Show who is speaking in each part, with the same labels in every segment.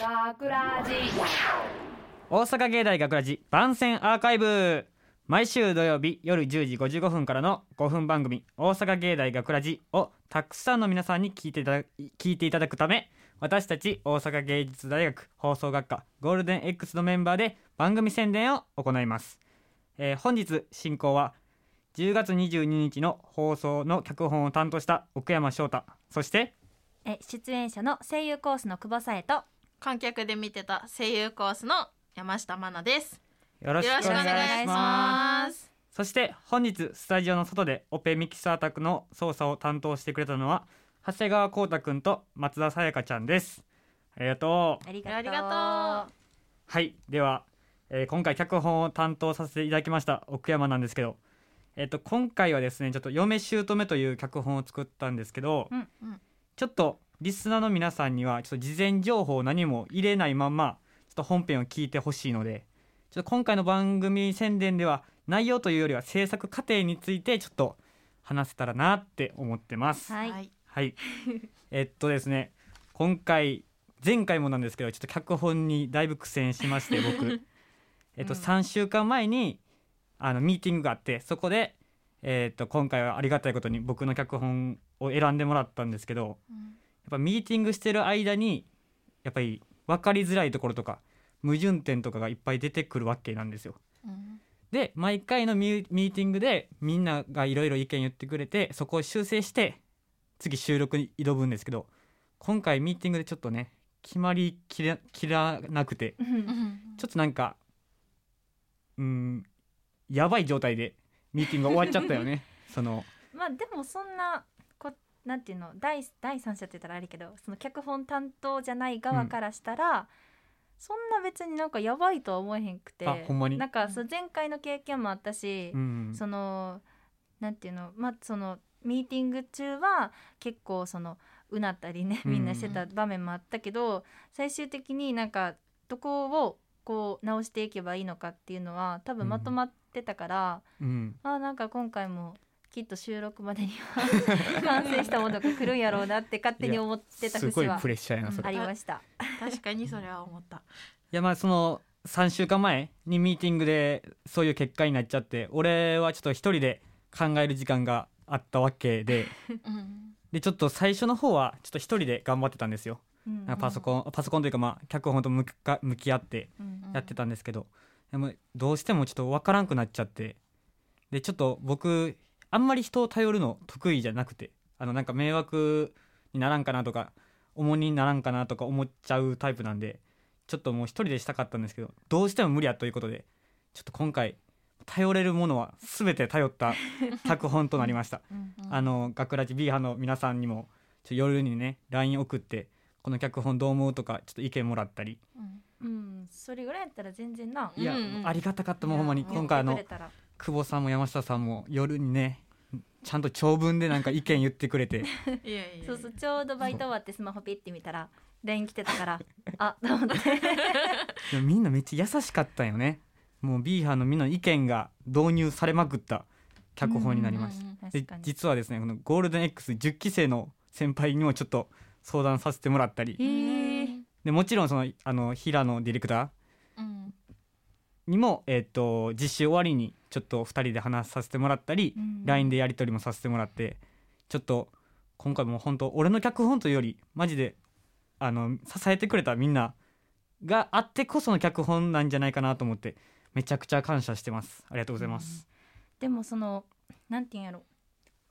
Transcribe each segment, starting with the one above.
Speaker 1: 学ラジ
Speaker 2: 大阪芸大学ラジ番宣アーカイブ毎週土曜日夜10時55分からの5分番組「大阪芸大学ラジをたくさんの皆さんに聞いていただ聞いていただくため私たち大阪芸術大学放送学科ゴールデン X のメンバーで番組宣伝を行います、えー本日進行は10月22日の放送の脚本を担当した奥山翔太そして
Speaker 3: え出演者の声優コースの久保さえと
Speaker 4: 観客で見てた声優コースの山下真奈です
Speaker 2: よろ
Speaker 4: よ
Speaker 2: し
Speaker 4: ろ
Speaker 2: く
Speaker 4: しく
Speaker 2: お
Speaker 4: お
Speaker 2: 願
Speaker 4: 願
Speaker 2: いし
Speaker 4: いし
Speaker 2: ます
Speaker 4: ます
Speaker 2: そして本日スタジオの外でオペミキサー宅の操作を担当してくれたのは長谷川浩太くんと松田さやかちゃんですありがとう
Speaker 3: ありがとう
Speaker 4: ありがとう
Speaker 2: はいでは、えー今回脚本を担当させていただきました奥山なんですけどえっ、と今回はですねちょっと「嫁姑」という脚本を作ったんですけど、
Speaker 3: うん
Speaker 4: うん
Speaker 2: ちょっとリスナーの皆さんにはちょっと事前情報を何も入れないままちょっと本編を聞いてほしいのでちょっと今回の番組宣伝では内容というよりは制作過程についてちょっと話せたらなって思ってます。
Speaker 3: はい、
Speaker 2: はい。えっとですね、今回前回もなんですけど、ちょっと脚本にだいぶ苦戦しまして 僕、えっと
Speaker 4: うん
Speaker 2: 3週間前にあのミーティングがあって、そこでえっと今回はありがたいことに僕の脚本を選んでもらったんですけど、やっ
Speaker 4: うん
Speaker 2: ぱミーティングしてる間にやっぱり分かりづらいところとか矛盾点とかがいっぱい出てくるわけなんですよ。
Speaker 4: うん
Speaker 2: で毎回のミュミーティングでみんながいろいろ意見言ってくれてそこを修正して次収録に挑むんですけど今回ミーティングでちょっとね決まりきらきらなくて
Speaker 3: うん
Speaker 4: うん
Speaker 2: ちょっとなんかうんやばい状態でミーティングが終わっちゃったよ ねその
Speaker 3: まあでもそんなこなんていうの第第三者って言ったらあれけどその脚本担当じゃない側からしたら、そんな別になんかやばいとは思えへんくて
Speaker 2: あほんまに
Speaker 3: なんかそう前回の経験もあったし、
Speaker 2: うん
Speaker 3: そのなんていうのまあそのミーティング中は結構そのうなったりね
Speaker 2: うん
Speaker 3: みんなしてた場面もあったけど、最終的になんかどこをこう直していけばいいのかっていうのは多分まとまってたから、
Speaker 2: うん
Speaker 3: あーなんか今回もきっと収録までには完成したものが来るんやろうなって勝手に思ってた
Speaker 2: すご
Speaker 3: 節
Speaker 2: い
Speaker 3: は
Speaker 2: プレッシャーやなそれ、
Speaker 3: あ
Speaker 2: い
Speaker 3: りました。
Speaker 4: 確かにそれは思った
Speaker 2: やまあその3週間前にミーティングでそういう結果になっちゃって俺はちょっと一人で考える時間があったわけで。
Speaker 4: うん
Speaker 2: でちょっと最初の方はちょっと一人で頑張ってたんですよ、
Speaker 3: うん
Speaker 2: なんかパソコンパソコンというかまあ脚本と向か向き合って
Speaker 3: うん
Speaker 2: やってたんですけど、でもどうしてもちょっと分からんくなっちゃってでちょっと僕あんまり人を頼るの得意じゃなくてあのなんか迷惑にならんかなとか重荷にならんかなとか思っちゃうタイプなんでちょっともう一人でしたかったんですけどどうしても無理やということでちょっと今回頼れるものは全て頼 った脚本となりました
Speaker 3: うん
Speaker 2: あの学ラジ B 派の皆さんにもちょ夜にね LINE 送ってこの脚本どう思うとかちょっと意見もらったり
Speaker 4: うん
Speaker 3: うんそれぐらいやったら全然ない
Speaker 2: いや、
Speaker 4: うんうん
Speaker 2: ありがたかったもうほんまに
Speaker 4: いや
Speaker 2: 今回あ
Speaker 3: 言っ
Speaker 2: の
Speaker 3: てくれたら
Speaker 2: 久保さんも山下さんも夜にねちゃんと長文でなんか意見言ってくれ て
Speaker 4: いやいやいや
Speaker 3: そうそうちょうどバイト終わってスマホピッて見た ら LINE 来てたからあと思って
Speaker 2: でもみんなめっちゃ優しかったよねもう B 派のみんなの意見が導入されまくった脚本になりました、
Speaker 4: うんうん
Speaker 2: で
Speaker 3: 確かに
Speaker 2: 実はですねこのゴールデン X10 期生の先輩にもちょっと相談させてもらったり
Speaker 4: うん
Speaker 2: でもちろんそのあの平野ディレクター
Speaker 4: うん
Speaker 2: にも、えっと実習終わりにちょっと2人で話させてもらったり、LINE でやり取りもさせてもらってちょっと今回もう本当俺の脚本というよりマジであの支えてくれたみんながあってこその脚本なんじゃないかなと思ってめちゃくちゃ感謝してますありがとうございます、
Speaker 3: でもそのなんていうんやろ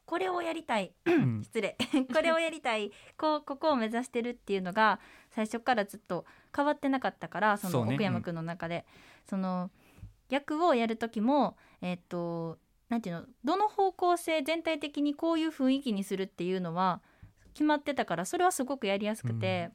Speaker 3: これをやりたい
Speaker 2: うん
Speaker 3: 失礼 これをやりたいこうここを目指してるっていうのが最初からずっと変わってなかったからその
Speaker 2: そうね
Speaker 3: 奥山君の中でそ,、の役をやる時もえっとなんていうのどの方向性全体的にこういう雰囲気にするっていうのは決まってたからそれはすごくやりやすくて、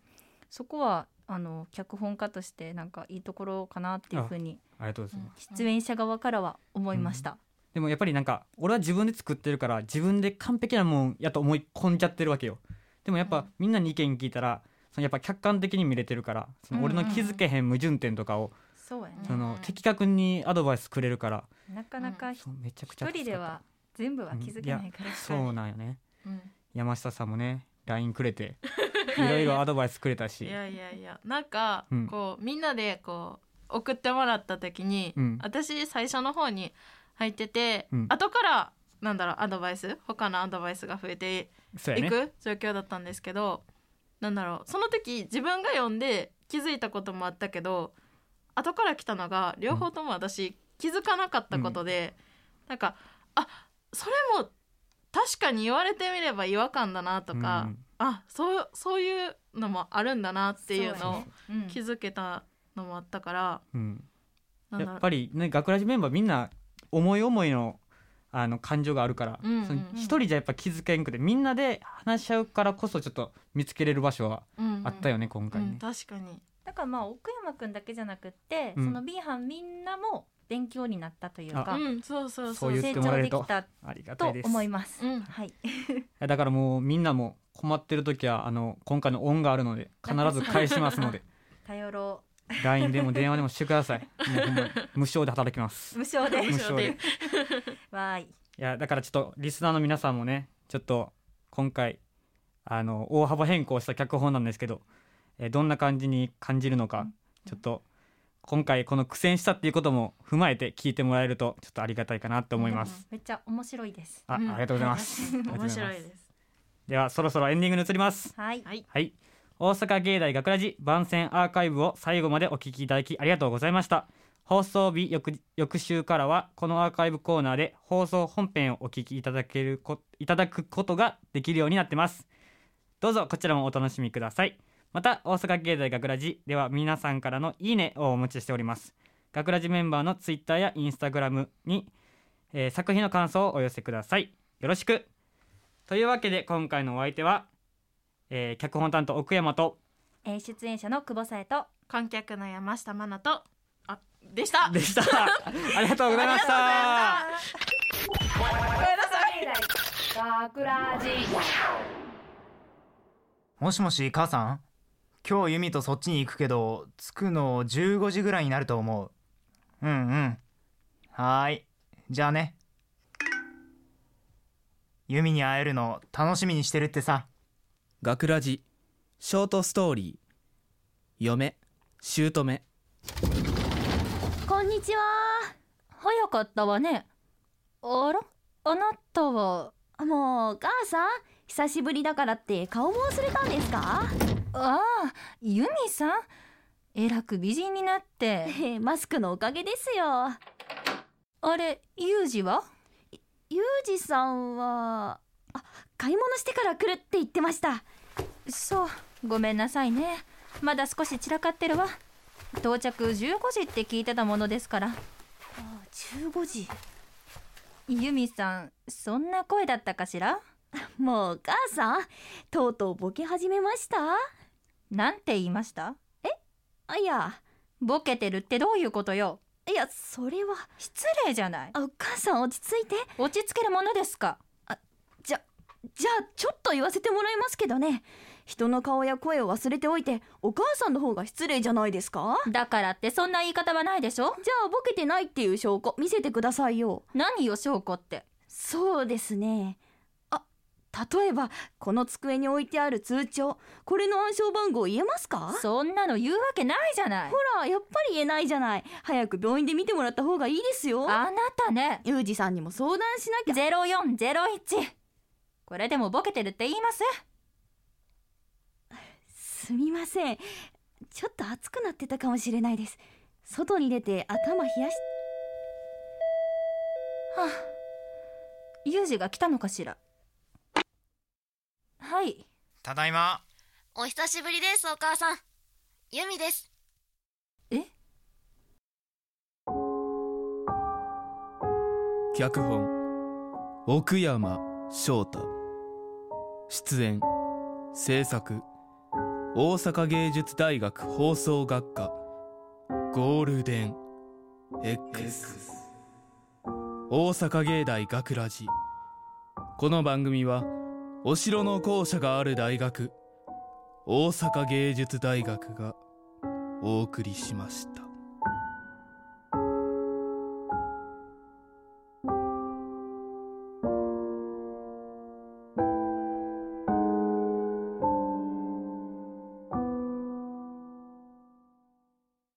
Speaker 3: そこはあの脚本家としてなんかいいところかなっていうふうに
Speaker 2: ありがとうございます、
Speaker 3: 出演者側からは思いました。
Speaker 2: でもやっぱりなんか俺は自分で作ってるから自分で完璧なもんやと思い込んじゃってるわけよでもやっ
Speaker 4: う
Speaker 2: ぱ
Speaker 4: ん
Speaker 2: みんなに意見聞いたらそのやっぱ客観的に見れてるからその俺の気づけへん矛盾点とかを
Speaker 3: そうやね
Speaker 2: その
Speaker 4: うん
Speaker 2: 的確にアドバイスくれるから
Speaker 3: なかなか
Speaker 2: そうめちゃくちゃ
Speaker 3: 一人では全部は気づけないから、
Speaker 2: そうなんよね
Speaker 4: うん
Speaker 2: 山下さんもね LINE くれていろいろアドバイスくれたし
Speaker 4: いやいやいやなんか、
Speaker 2: うん
Speaker 4: こうみんなでこう送ってもらった時に、
Speaker 2: うん
Speaker 4: 私最初の方に入ってて、
Speaker 2: うん
Speaker 4: 後からなんだろうアドバイス他のアドバイスが増えて
Speaker 2: そうや
Speaker 4: い
Speaker 2: ね
Speaker 4: く状況だったんですけど、なんだろうその時自分が読んで気づいたこともあったけど後から来たのが両方とも私気づかなかったことで、なんかあそれも確かに言われてみれば違和感だなとか、
Speaker 2: うん
Speaker 4: あそうそういうのもあるんだなっていう
Speaker 3: そうや
Speaker 4: のを
Speaker 3: ねうん
Speaker 4: 気づけたのもあったから、
Speaker 2: うん、
Speaker 4: なん
Speaker 2: やっ
Speaker 4: だろ
Speaker 2: ぱりね学ラジメンバーみんな思い思いのあの感情があるから
Speaker 4: うんうんうん
Speaker 2: その一人じゃやっぱ気づけんくてみんなで話し合うからこそちょっと見つけれる場所は
Speaker 4: う、うんうん
Speaker 2: あったよね、今
Speaker 4: う
Speaker 2: 回ね、
Speaker 4: ん、確かに
Speaker 3: だからまあ奥山くんだけじゃなくって、
Speaker 2: うん
Speaker 3: その B 班みんなも勉強になったという
Speaker 2: あ
Speaker 3: か、
Speaker 4: うんそうそうそう
Speaker 2: そういう
Speaker 3: 成長できた
Speaker 2: ありがた
Speaker 3: と
Speaker 2: いです
Speaker 3: 思います。
Speaker 4: うん
Speaker 3: はい。
Speaker 2: いやだからもうみんなも困ってる時はあの今回の恩があるので必ず返しますので
Speaker 3: 頼ろ
Speaker 2: LINE でも電話でもしてくださいもうほんまに無償で働きます
Speaker 3: う。無償で。
Speaker 2: 無償で
Speaker 3: わーい。
Speaker 2: いやだからちょっとリスナーの皆さんもねちょっと今回あの大幅変更した脚本なんですけど、えーどんな感じに感じるのか、
Speaker 3: うん
Speaker 2: ちょっと今回この苦戦したっていうことも踏まえて聞いてもらえるとちょっとありがたいかなと思います、
Speaker 3: めっちゃ面白いです。
Speaker 2: ああ
Speaker 4: う
Speaker 2: り
Speaker 4: ん
Speaker 2: がとうございます、
Speaker 4: 面白いです
Speaker 2: ではそろそろエンディングに移ります
Speaker 3: はい。
Speaker 4: はい
Speaker 2: はい大阪芸大学ラジ番宣アーカイブを最後までお聞きいただきありがとうございました放送日翌翌週からはこのアーカイブコーナーで放送本編をお聞きいただけるこいただくことができるようになってますどうぞこちらもお楽しみくださいまた大阪芸大学ラジでは皆さんからのいいねをお待ちしております学ラジメンバーのツイッターやインスタグラムに、えー作品の感想をお寄せくださいよろしくというわけで今回のお相手はえー、脚本担当奥山と
Speaker 3: えー出演者の久保さえと。
Speaker 4: 観客の山下真奈とあでした
Speaker 2: で した。ありがとうございました。
Speaker 1: もしもし母さん今日ユミとそっちに行くけど着くの15時ぐらいになると思ううんうんはーいじゃあねユミに会えるの楽しみにしてるってさ
Speaker 5: 学ラジショートストーリー嫁姑
Speaker 3: こんにちは。早かったわね。あら、あなたは。
Speaker 6: もう母さん久しぶりだからって顔も忘れたんですか
Speaker 3: ああ、由美さん。えらく美人になって。
Speaker 6: マスクのおかげですよ
Speaker 3: あれ、ユージは。
Speaker 6: ユージさんはあ買い物してから来るって言ってました
Speaker 3: そう、ごめんなさいね。まだ少し散らかってるわ。到着15時って聞いてたものですから。
Speaker 6: あ15時
Speaker 3: 由美さん、そんな声だったかしら。
Speaker 6: もう母さんとうとうボケ始めました
Speaker 3: なんて言いました。
Speaker 6: あいや
Speaker 3: ボケてるってどういうことよ。
Speaker 6: いやそれは
Speaker 3: 失礼じゃない。
Speaker 6: あお母さん落ち着いて
Speaker 3: 落ち着けるものですか。
Speaker 6: じゃあちょっと言わせてもらいますけどね人の顔や声を忘れておいてお母さんの方が失礼じゃないですか
Speaker 3: だからってそんな言い方はないでしょ
Speaker 6: じゃあボケてないっていう証拠見せてくださいよ
Speaker 3: 何よ証拠って
Speaker 6: そうですねあ例えばこの机に置いてある通帳これの暗証番号言えますかほ
Speaker 3: そんなの言うわけないじゃない
Speaker 6: らやっぱり言えないじゃない早く病院で見てもらった方がいいですよ
Speaker 3: あなたね
Speaker 6: ユージさんにも相談しなきゃ
Speaker 3: 0401これでもボケてるって言います
Speaker 6: すみませんちょっと熱くなってたかもしれないです外に出て頭冷やし
Speaker 3: ユージが来たのかしらはい
Speaker 1: ただいま
Speaker 7: お久しぶりです、お母さん。ユミです。
Speaker 5: 脚本奥山翔太出演制作大阪芸術大学放送学科ゴールデン X 大阪芸大学ラジこの番組はお城の校舎がある大学大阪芸術大学がお送りしました。